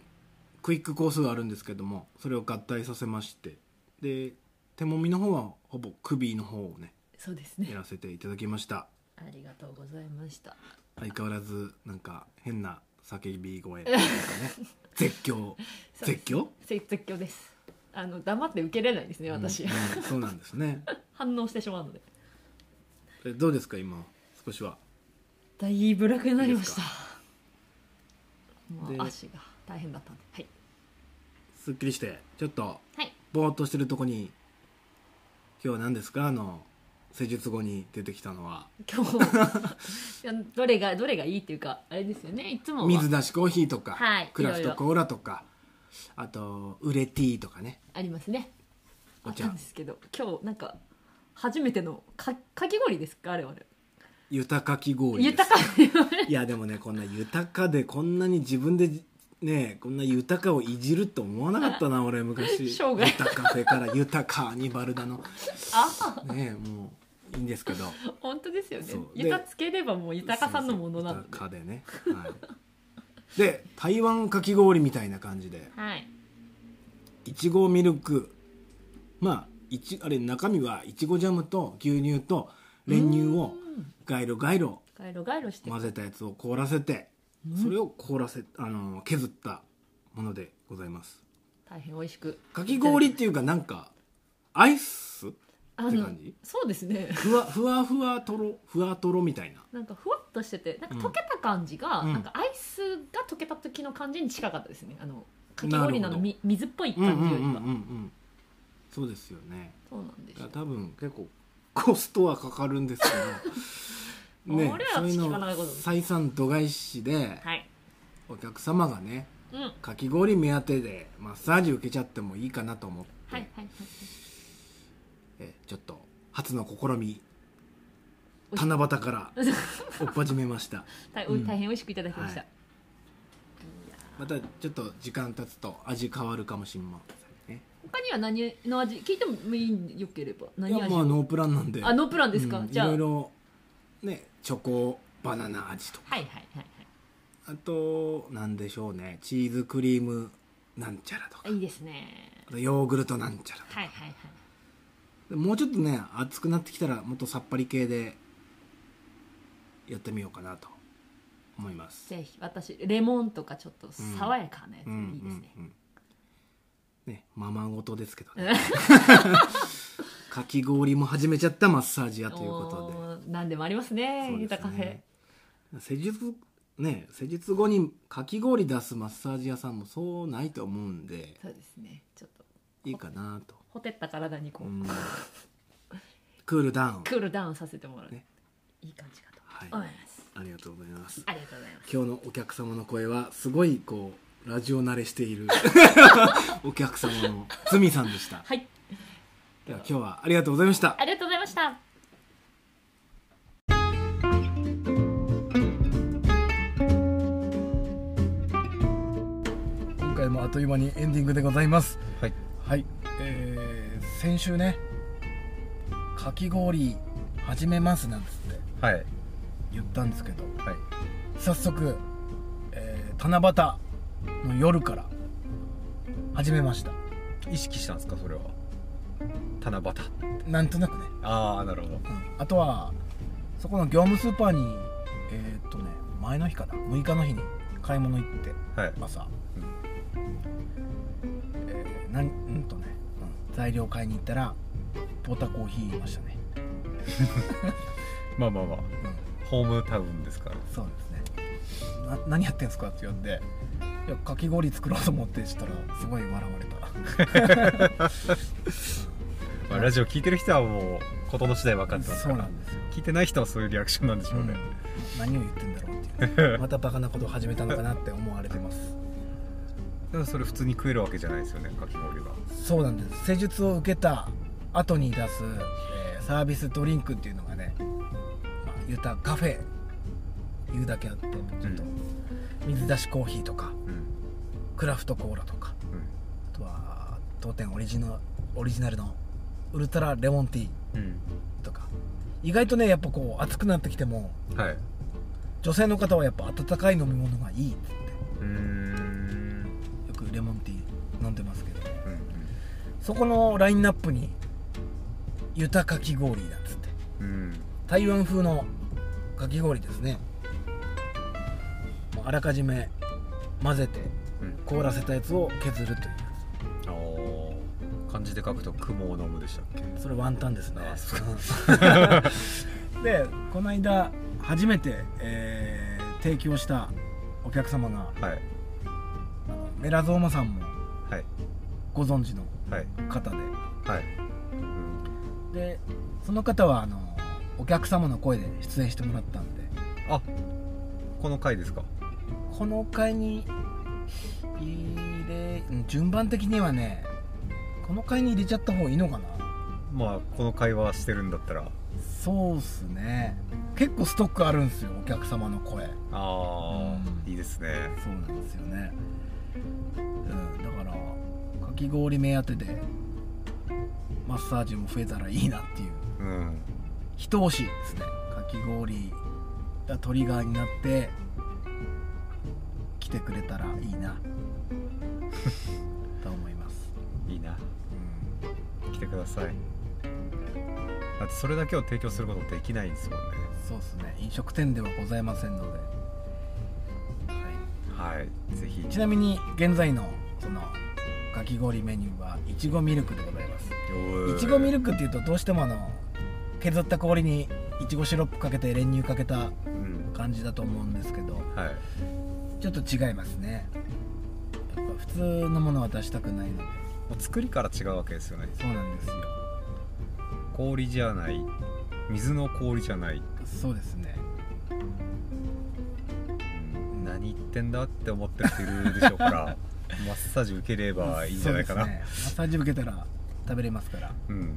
Speaker 2: クイックコースがあるんですけどもそれを合体させましてで手もみの方はほぼ首の方をね
Speaker 6: そうですね
Speaker 2: やらせていただきました
Speaker 6: ありがとうございました
Speaker 2: 相変わらずなんか変な叫び声というかね絶叫
Speaker 6: そうで
Speaker 2: 絶
Speaker 6: す
Speaker 2: 叫
Speaker 6: せ絶叫ですあの黙って受けれないですね私、
Speaker 2: うんうんそうなんですね
Speaker 6: 反応してしまうので
Speaker 2: えどうですか今少しは
Speaker 6: だいぶ楽になりました
Speaker 2: で
Speaker 6: もう足が大変だったんではい
Speaker 2: すっきりしてちょっと
Speaker 1: はい
Speaker 2: ぼーっとしてるとこに今日は何ですかあの施術後に出てきたのは
Speaker 6: 今日いやどれがどれがいいっていうかあれですよねいつもは
Speaker 2: 水出しコーヒーとか、
Speaker 1: はい
Speaker 2: クラフ
Speaker 6: いろい
Speaker 2: ト
Speaker 6: ろ
Speaker 2: コーラとかあとウレティーとかね
Speaker 6: ありますね
Speaker 2: お
Speaker 6: あった
Speaker 2: 茶
Speaker 6: んですけど今日なんか初めてのかかき氷ですかあれはあれ
Speaker 2: 豊かき氷です
Speaker 6: 豊かに
Speaker 2: いやでもねこんな豊かでこんなに自分でねこんな豊かをいじるって思わなかったな俺昔
Speaker 6: 生涯
Speaker 2: 豊カフェから豊かにバルダの
Speaker 6: あ
Speaker 2: ねもういいんですけど
Speaker 6: 本当ですよね
Speaker 2: そうで
Speaker 6: 豊つければもう豊かさんのものな
Speaker 2: そ
Speaker 6: の
Speaker 2: うそう
Speaker 6: で
Speaker 2: 豊かでね、はい、で台湾かき氷みたいな感じで
Speaker 1: はい
Speaker 2: いちごミルクまあいちあれ中身はいちごジャムと牛乳と練乳をガイロガイロ
Speaker 6: ガイロガイロして
Speaker 2: 混ぜたやつを凍らせてそれを凍らせあの削ったものでございます
Speaker 6: 大変美味しく
Speaker 2: かき氷っていうかなんかアイス
Speaker 6: あ
Speaker 2: って
Speaker 6: の
Speaker 2: 感じ
Speaker 6: そうですね
Speaker 2: ふわふわふわとろふわとろみたいな
Speaker 6: なんかふわっとしててなんか溶けた感じが、
Speaker 2: うん
Speaker 6: なんかアイスが溶けた時の感じに近かったですねあのかき
Speaker 2: なるほ
Speaker 6: 氷
Speaker 2: ど
Speaker 6: のあのみ水っぽい
Speaker 2: うんうん
Speaker 6: 感じよ
Speaker 2: う
Speaker 6: り
Speaker 2: んうん
Speaker 6: は、
Speaker 2: うんそうですよね
Speaker 6: そうなんです
Speaker 2: だ
Speaker 6: よ
Speaker 2: から多分結構コストはかかるんですけ どね
Speaker 6: 俺らは
Speaker 2: そういう
Speaker 6: 聞かない
Speaker 2: の
Speaker 6: こと
Speaker 2: 採算度外視で
Speaker 1: はい
Speaker 2: お客様がね
Speaker 6: うん
Speaker 2: かき氷目当てでマッサージ受けちゃってもいいかなと思って、
Speaker 6: はいはいはい
Speaker 7: えーちょっと初の試み七夕から
Speaker 6: はい
Speaker 7: 追っ始めました
Speaker 6: 大大変美味しくいただきました、
Speaker 7: はいまたちょっと時間経つと味変わるかもしれませんね
Speaker 6: 他には何の味聞いてもいいよければ
Speaker 7: い
Speaker 6: 何
Speaker 7: や
Speaker 6: 味
Speaker 7: まあノープランなんで
Speaker 6: あノープランですか、
Speaker 7: うん
Speaker 6: じゃあ
Speaker 7: いろいろねチョコバナナ味とか
Speaker 6: はいはいはい
Speaker 7: あとなんでしょうねチーズクリームなんちゃらとか
Speaker 6: はいいいですね
Speaker 7: あとヨーグルトなんちゃらとか
Speaker 6: はいはいはい
Speaker 7: でもうちょっとね熱くなってきたらもっとさっぱり系でやってみようかなと思います
Speaker 6: ぜひ私レモンとかちょっと爽やかなやつ、
Speaker 7: うん
Speaker 6: いいですね、
Speaker 7: うんうんねままごとですけど ねかき氷も始めちゃったマッサージ屋ということで
Speaker 6: おー何でもあります
Speaker 7: そうで
Speaker 6: ね
Speaker 7: すね
Speaker 6: ユタカフェ
Speaker 7: 施術ね施術後にかき氷出すマッサージ屋さんもそうないと思うんで
Speaker 6: そうですねちょっと
Speaker 7: いいかなと、
Speaker 6: ほてった体にこう、
Speaker 7: うんクールダウン
Speaker 6: クールダウンさせてもらう、
Speaker 7: ね
Speaker 6: いい感じかと
Speaker 7: はい
Speaker 6: 思います、
Speaker 7: ありがとうございます
Speaker 6: ありがとうございます
Speaker 7: 今日のお客様の声はすごいこうラジオ慣れしてい るお客様のズミさんでした
Speaker 6: はい
Speaker 7: では今日はありがとうございました
Speaker 6: ありがとうございました
Speaker 2: 今回もあっという間にエンディングでございます
Speaker 3: はい
Speaker 2: はい、えー、先週ねかき氷始めますなんつって
Speaker 3: はいはい
Speaker 2: 言ったんですけど早速、えー、七夕の夜から始めました
Speaker 3: 意識したんですかそれは七夕
Speaker 2: なんとなくね、
Speaker 3: ああなるほど
Speaker 2: うん、あとはそこの業務スーパーにえーっとね前の日かな6日の日に買い物行って
Speaker 3: はい
Speaker 2: 朝、
Speaker 3: うん
Speaker 2: えーなんうんとね、うん材料買いに行ったらポタコーヒーいましたね、
Speaker 3: まあまあまあ
Speaker 2: うん、
Speaker 3: ホームタウンですから
Speaker 2: そうですねな何やってんすかって呼んでいやかき氷作ろうと思ってしたらすごい笑われた
Speaker 3: まあ、ラジオ聞いてる人はもう事の次第分かってます
Speaker 2: そ
Speaker 3: か
Speaker 2: う
Speaker 3: ら
Speaker 2: なんですよ、
Speaker 3: 聞いてない人はそういうリアクションなんでしょうね、
Speaker 2: 何を言ってんだろうっていうまたバカなことを始めたのかなって思われてます
Speaker 3: でもそれ普通に食えるわけじゃないですよねかき氷が
Speaker 2: そうなんです施術を受けた後に出す、えーサービスドリンクっていうのがね、まあ、言うたらカフェ言うだけあってちょっと水出しコーヒーとか
Speaker 3: うん
Speaker 2: クラフトコーラとかあとは当店オリジナオリジナルのウルトラレモンティー
Speaker 3: うん、
Speaker 2: とか意外とねやっぱこう暑くなってきても
Speaker 3: うん、はい
Speaker 2: 女性の方はやっぱ温かい飲み物がいいっつって
Speaker 3: うーん
Speaker 2: よくレモンティー飲んでますけど
Speaker 3: うん
Speaker 2: そこのラインナップにゆたかき氷だっつって
Speaker 3: うんうん
Speaker 2: 台湾風のかき氷ですねもうあらかじめ混ぜて
Speaker 3: うん
Speaker 2: 凍らせたやつを削るというや
Speaker 3: あのー漢字で書くと「雲を飲む」でしたっけ
Speaker 2: つそれワンタンですね
Speaker 3: あそ
Speaker 2: でこの間初めて、えー提供したお客様が
Speaker 3: はい
Speaker 2: あのメラゾーマさんも
Speaker 3: はい
Speaker 2: ご存知の
Speaker 3: はい
Speaker 2: 方で
Speaker 3: はい、うん、
Speaker 2: でその方はあのお客様の声で出演してもらったんで
Speaker 3: あこの回ですか
Speaker 2: この回に入れうん順番的にはねこの回に入れちゃった方がいいのかな
Speaker 3: まあこの会話してるんだったら
Speaker 2: そうっすね結構ストックあるんですよお客様の声
Speaker 3: ああ、
Speaker 2: うん
Speaker 3: いいですね
Speaker 2: そうなんですよね、うん、だからかき氷目当てでマッサージも増えたらいいなっていう
Speaker 3: うん
Speaker 2: 一押しですねかき氷がトリガーになって来てくれたらいい なと思います、
Speaker 3: いいな
Speaker 2: う
Speaker 3: 来てくださいだってそれだけを提供することできないんですもんね
Speaker 2: ん、そうですね飲食店ではございませんので、は
Speaker 3: はいぜひ
Speaker 2: い、ちなみに現在のそのかき氷メニューはいちごミルクでございますいちごミ
Speaker 3: ル
Speaker 2: ルクっていうとどうしてもあの削った氷にいちごシロップかけて練乳かけた
Speaker 3: うん
Speaker 2: 感じだと思うんですけど
Speaker 3: はい
Speaker 2: ちょっと違いますねやっぱ普通のものは出したくないので
Speaker 3: もう作りから違うわけですよね
Speaker 2: そうなんですよ
Speaker 3: 氷じゃない水の氷じゃない、
Speaker 2: そうですね
Speaker 3: うん何言ってんだって 思ってる人いるでしょうからマッサージ受ければいいんじゃないかな、
Speaker 2: そうですねマッサージ受けたら食べれますから
Speaker 3: うん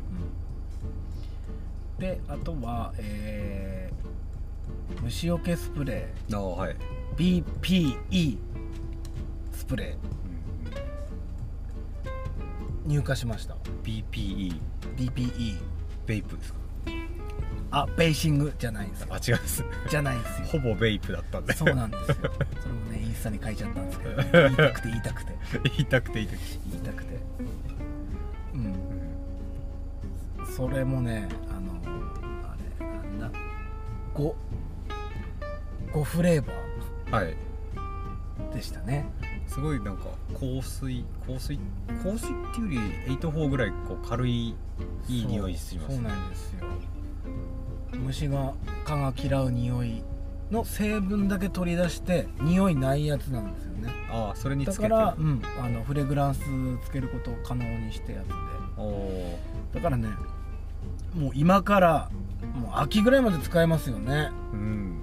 Speaker 2: であとは、えー虫除けスプレ
Speaker 3: ああはい、
Speaker 2: ー BPE スプレー入荷しました
Speaker 3: BPE
Speaker 2: BPE
Speaker 3: ベイプですか
Speaker 2: あベーシングじゃないんですよ
Speaker 3: あ違い ます
Speaker 2: じゃないんですよ
Speaker 3: ほぼベイプだったんで
Speaker 2: そうなんですよそれもねインスタに書いちゃったんですけど、ね、言いたくて言いたくて
Speaker 3: 言いたくて言いたくて
Speaker 2: 言いたくてうんそれもねあのあれなんだ5 5フレーバ
Speaker 3: はい
Speaker 2: ーでしたね
Speaker 3: すごいなんか香水香水香水っていうより8-4ぐらいこう軽いいい
Speaker 2: そう
Speaker 3: 匂いします
Speaker 2: そうなんですよ虫が蚊が嫌う匂いの成分だけ取り出して匂いないやつなんですよね
Speaker 3: ああそれに
Speaker 2: だ
Speaker 3: つけて
Speaker 2: か
Speaker 3: る
Speaker 2: ら、うん、あのフレグランスつけることを可能にしてやつで
Speaker 3: おお
Speaker 2: だからねもう今からもう秋ぐらいまで使えますよね
Speaker 3: ーうん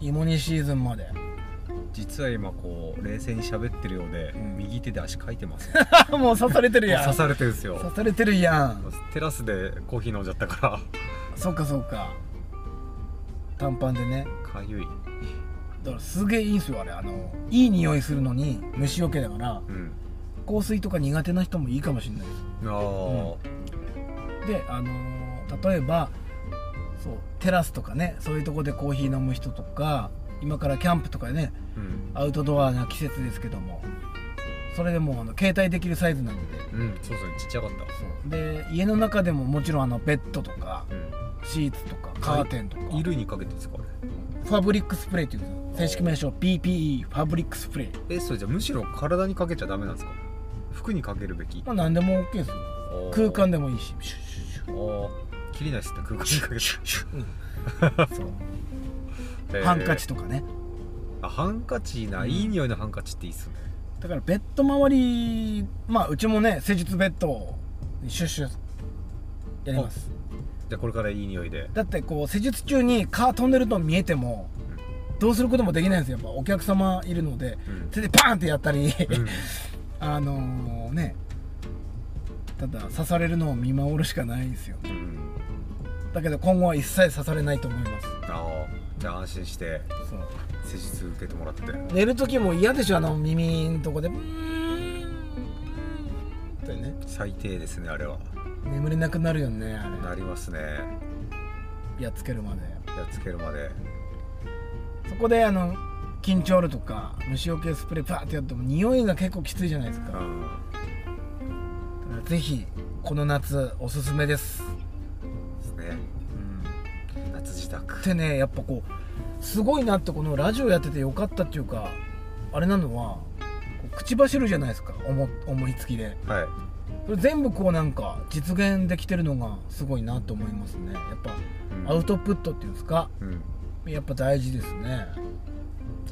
Speaker 2: 芋煮シーズンまで
Speaker 3: 実は今こう冷静に喋ってるようで、
Speaker 2: ん
Speaker 3: 右手で足かい てます
Speaker 2: あもう刺されてるやん
Speaker 3: 刺されてるんですよ
Speaker 2: 刺されてるやん
Speaker 3: テラスでコーヒー飲んじゃったか
Speaker 2: そっかそっか短パンでね
Speaker 3: らかゆい
Speaker 2: だからすげえいいんすよあれあのいい匂いするのに虫除けだから
Speaker 3: うん
Speaker 2: 香水とか苦手な人もいいかもしれないです
Speaker 3: ああ、
Speaker 2: であのー例えばそうテラスとかねそういうとこでコーヒー飲む人とか今からキャンプとかね
Speaker 3: うん
Speaker 2: アウトドアな季節ですけどもそれでもうあの携帯できるサイズなので
Speaker 3: うん、そうそうちっちゃかった
Speaker 2: そうで家の中でももちろんあのベッドとか
Speaker 3: う
Speaker 2: シーツとかカーテンとか
Speaker 3: ん衣類にかけてですかあ
Speaker 2: ファブリックスプレーっていうんですよ正式名称 PPE ファブリックスプレー
Speaker 3: れえそれじゃあむしろ体にかけちゃダメなんですか服にかけるべき
Speaker 2: まあ何でも OK ですよ空間でもいいしシュッシュッシ
Speaker 3: あー切りないっすね空間にかけ
Speaker 2: ュッそう
Speaker 3: て
Speaker 2: ハンカチ
Speaker 3: と
Speaker 2: とかね
Speaker 3: あハンカチいいな、いい匂いのハンカチっていいっすね
Speaker 2: だからベッド周りまあうちもね施術ベッドにシュッシュッやります
Speaker 3: じゃあこれからいい匂いで
Speaker 2: だってこう施術中にカー飛んでると見えてもどうすることもできないんですよやっぱお客様いるので、
Speaker 3: うん
Speaker 2: 手でパーンってやったり、
Speaker 3: うん
Speaker 2: あのねただ刺されるのを見守るしかないんですよ
Speaker 3: うん
Speaker 2: だけど今後は一切刺されないと思います
Speaker 3: ああじゃあ安心して
Speaker 2: そう
Speaker 3: 施術受けてもらって
Speaker 2: 寝る時も嫌でしょあの耳んとこでうーんってね
Speaker 3: 最低ですねあれは
Speaker 2: 眠れなくなるよねあ
Speaker 3: なりますね
Speaker 2: れやっつけるまで
Speaker 3: やっつけるまで
Speaker 2: そこであの緊張るとか虫除けスプレーパーってやっても匂いが結構きついじゃないですかだか
Speaker 3: うん
Speaker 2: らぜひこの夏おすすめです
Speaker 3: ですね夏自宅
Speaker 2: ってねやっぱこうすごいなってこのラジオやっててよかったっていうかあれなのはこう口走るじゃないですか思思いつきで
Speaker 3: はい
Speaker 2: それ全部こうなんか実現できてるのがすごいなと思いますねやっぱアウトプットっていうんですか
Speaker 3: うん
Speaker 2: やっぱ大事ですね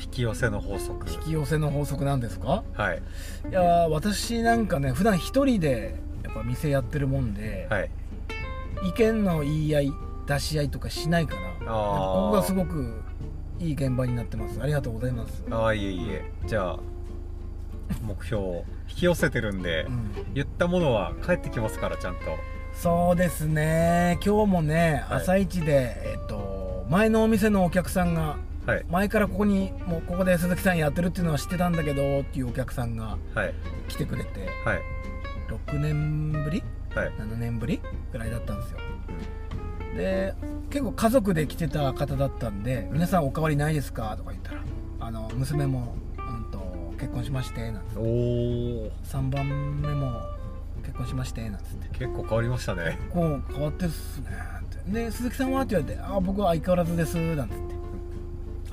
Speaker 3: 引き寄せの法則
Speaker 2: 引き寄せの法則なんですか
Speaker 3: はい
Speaker 2: いやー私なんかね普段一人でやっぱ店やってるもんで、
Speaker 3: はい
Speaker 2: 意見の言い合い出し合いとかしないからなんかここがすごくいい現場になってますありがとうございます
Speaker 3: ああいえいえじゃあ目標を引き寄せてるんで、
Speaker 2: うん
Speaker 3: 言ったものは帰ってきますからちゃんと
Speaker 2: そうですね今日もね、
Speaker 3: はい
Speaker 2: 朝一で、えっと前のお店のお客さんが
Speaker 3: はい
Speaker 2: 前からここにもうここで鈴木さんやってるっていうのは知ってたんだけどっていうお客さんが
Speaker 3: はい
Speaker 2: 来てくれて
Speaker 3: はい
Speaker 2: 6年ぶり
Speaker 3: はい
Speaker 2: 7年ぶりぐらいだったんですよ、で結構家族で来てた方だったんで「皆さんお変わりないですか?」とか言ったら「あの娘も、うん、と結婚しまして」なんつって
Speaker 3: おお
Speaker 2: 「3番目も結婚しまして」なんつって
Speaker 3: 結構変わりましたね
Speaker 2: 「こう変わってるっすね」って「で鈴木さんは?」って言われて「あ僕は相変わらずです」なんつって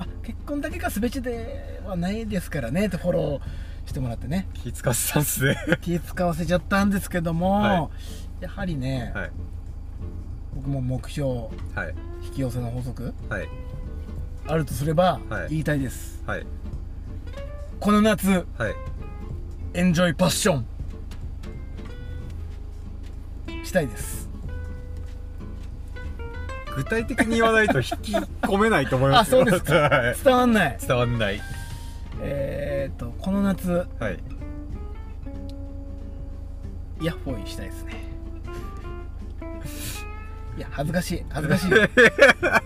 Speaker 2: 「あ結婚だけが全てではないですからね」ってフォローしてもらって ね
Speaker 3: 気使ってたんすね
Speaker 2: 気使わせちゃったんですけども、
Speaker 3: は
Speaker 2: やはりね、
Speaker 3: はい
Speaker 2: 僕も目標
Speaker 3: はい
Speaker 2: 引き寄せの法則
Speaker 3: はい
Speaker 2: あるとすれば
Speaker 3: はい
Speaker 2: 言いたいです、
Speaker 3: はい
Speaker 2: この夏
Speaker 3: はい
Speaker 2: エンジョイパッションしたいです
Speaker 3: 具体的に言わないと引き込めないと思いますよ
Speaker 2: あそうですか
Speaker 3: はい
Speaker 2: 伝わんない
Speaker 3: 伝わんない
Speaker 2: えー、っとこの夏
Speaker 3: はい
Speaker 2: ヤッホイしたいですねいや恥ずかしい恥ずか しい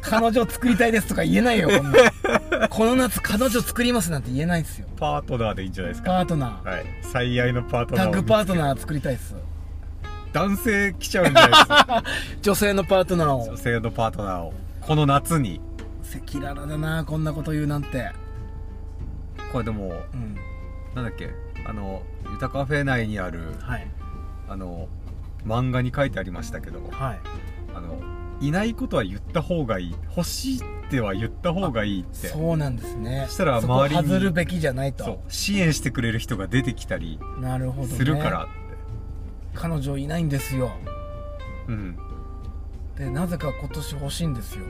Speaker 2: 彼女作りたいですとか言えないよこんなこの夏彼女作りますなんて言えないですよ
Speaker 3: パートナーでいいんじゃないですか
Speaker 2: パートナ
Speaker 3: はい最愛のパート
Speaker 2: ー
Speaker 3: ナー
Speaker 2: タ
Speaker 3: を
Speaker 2: ッグパートナー作りたいです
Speaker 3: 男性来ちゃうんじゃないですか
Speaker 2: 女性のパートナーを
Speaker 3: 女性のパートナーをこの夏に
Speaker 2: 赤裸々だなこんなこと言うなんて
Speaker 3: これでも
Speaker 2: うん
Speaker 3: なんだっけあの「ゆたカフェ」内にある
Speaker 2: はい
Speaker 3: あの漫画に書いてありましたけど
Speaker 2: はい
Speaker 3: あのいないことは言った方がいい欲しいっては言った方がいいって
Speaker 2: そうなんですね
Speaker 3: そしたら
Speaker 2: そこ
Speaker 3: 周りに
Speaker 2: 外るべきじゃない
Speaker 3: そう
Speaker 2: と
Speaker 3: 支援してくれる人が出てきたり
Speaker 2: なるほど、ね、
Speaker 3: するからって
Speaker 2: 彼女いないんですよ
Speaker 3: うん
Speaker 2: でなぜか今年欲しいんですよ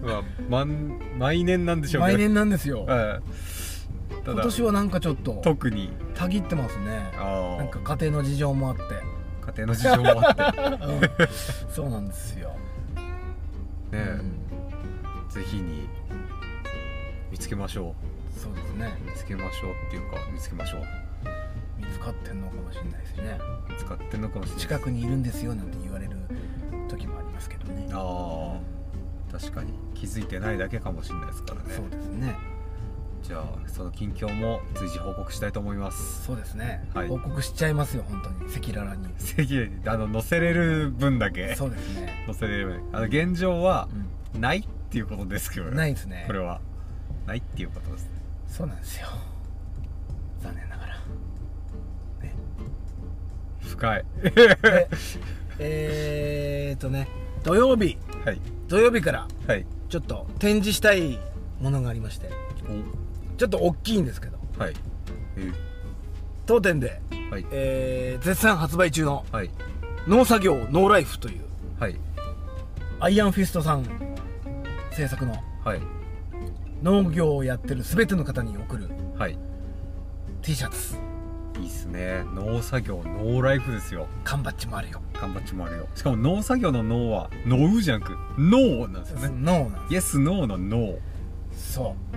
Speaker 3: まあまん毎年なんでしょう
Speaker 2: 来
Speaker 3: けど
Speaker 2: 年なんですよ
Speaker 3: うんた
Speaker 2: 今
Speaker 3: だ
Speaker 2: 年はなんかちょっと
Speaker 3: 特に
Speaker 2: たぎってますね
Speaker 3: あ
Speaker 2: なん
Speaker 3: ー
Speaker 2: か家庭の事情もあ って、
Speaker 3: 家庭の事情もあって
Speaker 2: うん、そうなんですよ、
Speaker 3: ね
Speaker 2: う、ん
Speaker 3: ぜひに見つけましょ
Speaker 2: そうですね
Speaker 3: う見つけましょうっていうか見つけましょう
Speaker 2: 見つかってんのかもしれないですね
Speaker 3: 使ってんのかもしれない
Speaker 2: 近くにいるんですよなんて言われる時もありますけどね
Speaker 3: ああ確かに気づいてないだけかもしれないですからね
Speaker 2: そうですね
Speaker 3: じゃあその近況も随時報告したいと思います
Speaker 2: そうですね、
Speaker 3: はい
Speaker 2: 報告しちゃいますよ本当に赤裸々に
Speaker 3: ぜひあの載せれる分だけ
Speaker 2: そうですね、
Speaker 3: 載せれる分あの現状はないっていうことですけど
Speaker 2: う
Speaker 3: ね
Speaker 2: ん、ないですね
Speaker 3: これはないっていうことです
Speaker 2: そうなんですよ残念ながら
Speaker 3: 深い
Speaker 2: えーっとね土曜日
Speaker 3: はい
Speaker 2: 土曜日から
Speaker 3: はい
Speaker 2: ちょっと展示したいものがありましてちょっと大きいんですけど
Speaker 3: おはいえ
Speaker 2: 当店で、
Speaker 3: はい
Speaker 2: えー絶賛発売中の
Speaker 3: はい
Speaker 2: 「農作業ノーライフ」という
Speaker 3: はい
Speaker 2: アイアンフィストさん制作の
Speaker 3: はい
Speaker 2: 農業をやってる全ての方に送る
Speaker 3: はい
Speaker 2: T シャツ
Speaker 3: いいっすね農作業ノーライフですよ
Speaker 2: 缶バッジもあるよ
Speaker 3: 頑張っちもあるよしかも農作業の脳はノウじゃなく脳なんですよね
Speaker 2: ノーなんで
Speaker 3: イエスノーの脳
Speaker 2: すそう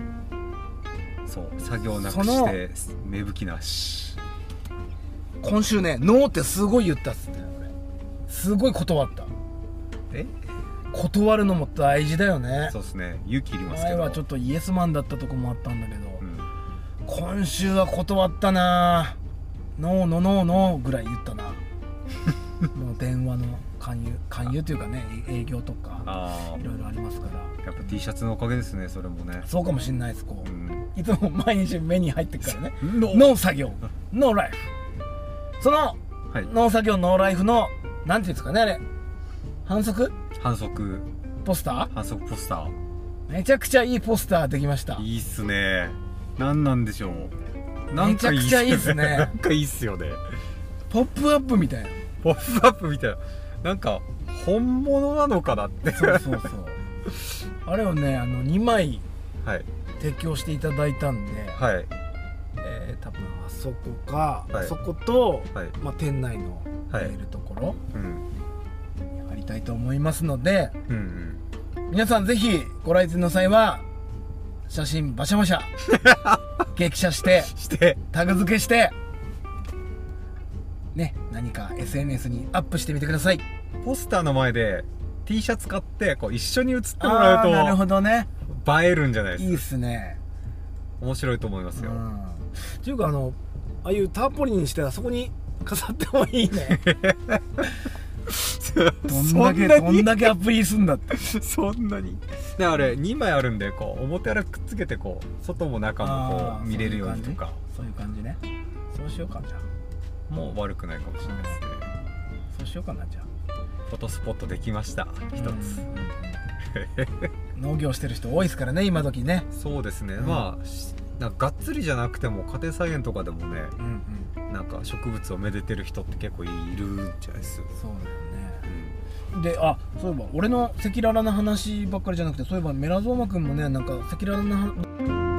Speaker 3: そう作業な
Speaker 2: そ
Speaker 3: く
Speaker 2: の
Speaker 3: して芽吹きなし
Speaker 2: 今週ね「ノー」ってすごい言ったっつって俺すごい断った
Speaker 3: え
Speaker 2: 断るのも大事だよね
Speaker 3: そうですね勇気いりますけ
Speaker 2: 前
Speaker 3: ど
Speaker 2: はちょっとイエスマンだったとこもあったんだけど、
Speaker 3: うん
Speaker 2: 今週は断ったなノーノーノーノーぐらい言 ったなもう電話の勧誘勧誘というかね営業とか
Speaker 3: あ
Speaker 2: いろいろありますから
Speaker 3: あやっぱ T シャツのおかげですねそれもね
Speaker 2: そうかもしんないですこう
Speaker 3: う
Speaker 2: んいつも毎日目に入ってくからね
Speaker 3: 脳
Speaker 2: ノー作業ノーライフその
Speaker 3: はい
Speaker 2: ノー作業ノーライフのなんていうんですかねあれ反則
Speaker 3: 反則
Speaker 2: ポスタ
Speaker 3: 反則ポスター
Speaker 2: ーめちゃくちゃいいポスターできました
Speaker 3: いいっすね何なんでしょうなん
Speaker 2: めち
Speaker 3: か
Speaker 2: ゃ
Speaker 3: い
Speaker 2: く
Speaker 3: いっ
Speaker 2: ちゃいいですす
Speaker 3: よね
Speaker 2: ね
Speaker 3: なんかいいっすよね
Speaker 2: ポップアップみたいな
Speaker 3: ポップアップみたいななんか本物なのかなって
Speaker 2: そうそうそう あれをねあの2枚
Speaker 3: はい
Speaker 2: 提供していただいたんで、
Speaker 3: はい
Speaker 2: えー多分あそこか、
Speaker 3: はい
Speaker 2: あそこと、
Speaker 3: はい
Speaker 2: まあ、店内の見
Speaker 3: はい
Speaker 2: えるところ
Speaker 3: うん
Speaker 2: に貼りたいと思いますので、
Speaker 3: うんうん
Speaker 2: 皆さんぜひご来店の際は写真バシャ バシャ激写して
Speaker 3: して
Speaker 2: タグ付けしてね何か SNS にアップしてみてください
Speaker 3: ポスターの前で T シャツ買ってこう一緒に写っても
Speaker 2: あーな
Speaker 3: ら
Speaker 2: る
Speaker 3: う
Speaker 2: ほどね
Speaker 3: と映えるんじゃないです
Speaker 2: いいっすね
Speaker 3: か面白いと思います
Speaker 2: う
Speaker 3: よ、
Speaker 2: んっていうかあのああいうターポリンにしてあそこに飾ってもいいね どんだけ
Speaker 3: そ
Speaker 2: ど
Speaker 3: んなんに
Speaker 2: だけアプリすんだって
Speaker 3: そんなにであれ2枚あるんでこう表あらくっつけてこう外も中も
Speaker 2: あ
Speaker 3: こ
Speaker 2: ー
Speaker 3: う見れるようにとか
Speaker 2: そういう感じねそうしようかじゃあ
Speaker 3: もう悪くないかもしれないですね
Speaker 2: そうしようかなじゃあ
Speaker 3: フォトスポットできました一つ、
Speaker 2: うん農業してる人多いですからね今時ね
Speaker 3: そうですね、
Speaker 2: うん
Speaker 3: まあしなんかがっつりじゃなくても家庭菜園とかでもね
Speaker 2: うんうん
Speaker 3: なんか植物をめでてる人って結構いるんじゃないです
Speaker 2: そうだよねであそういえば俺の赤裸々な話ばっかりじゃなくてそういえばメラゾーマ君もねなんか赤裸々な話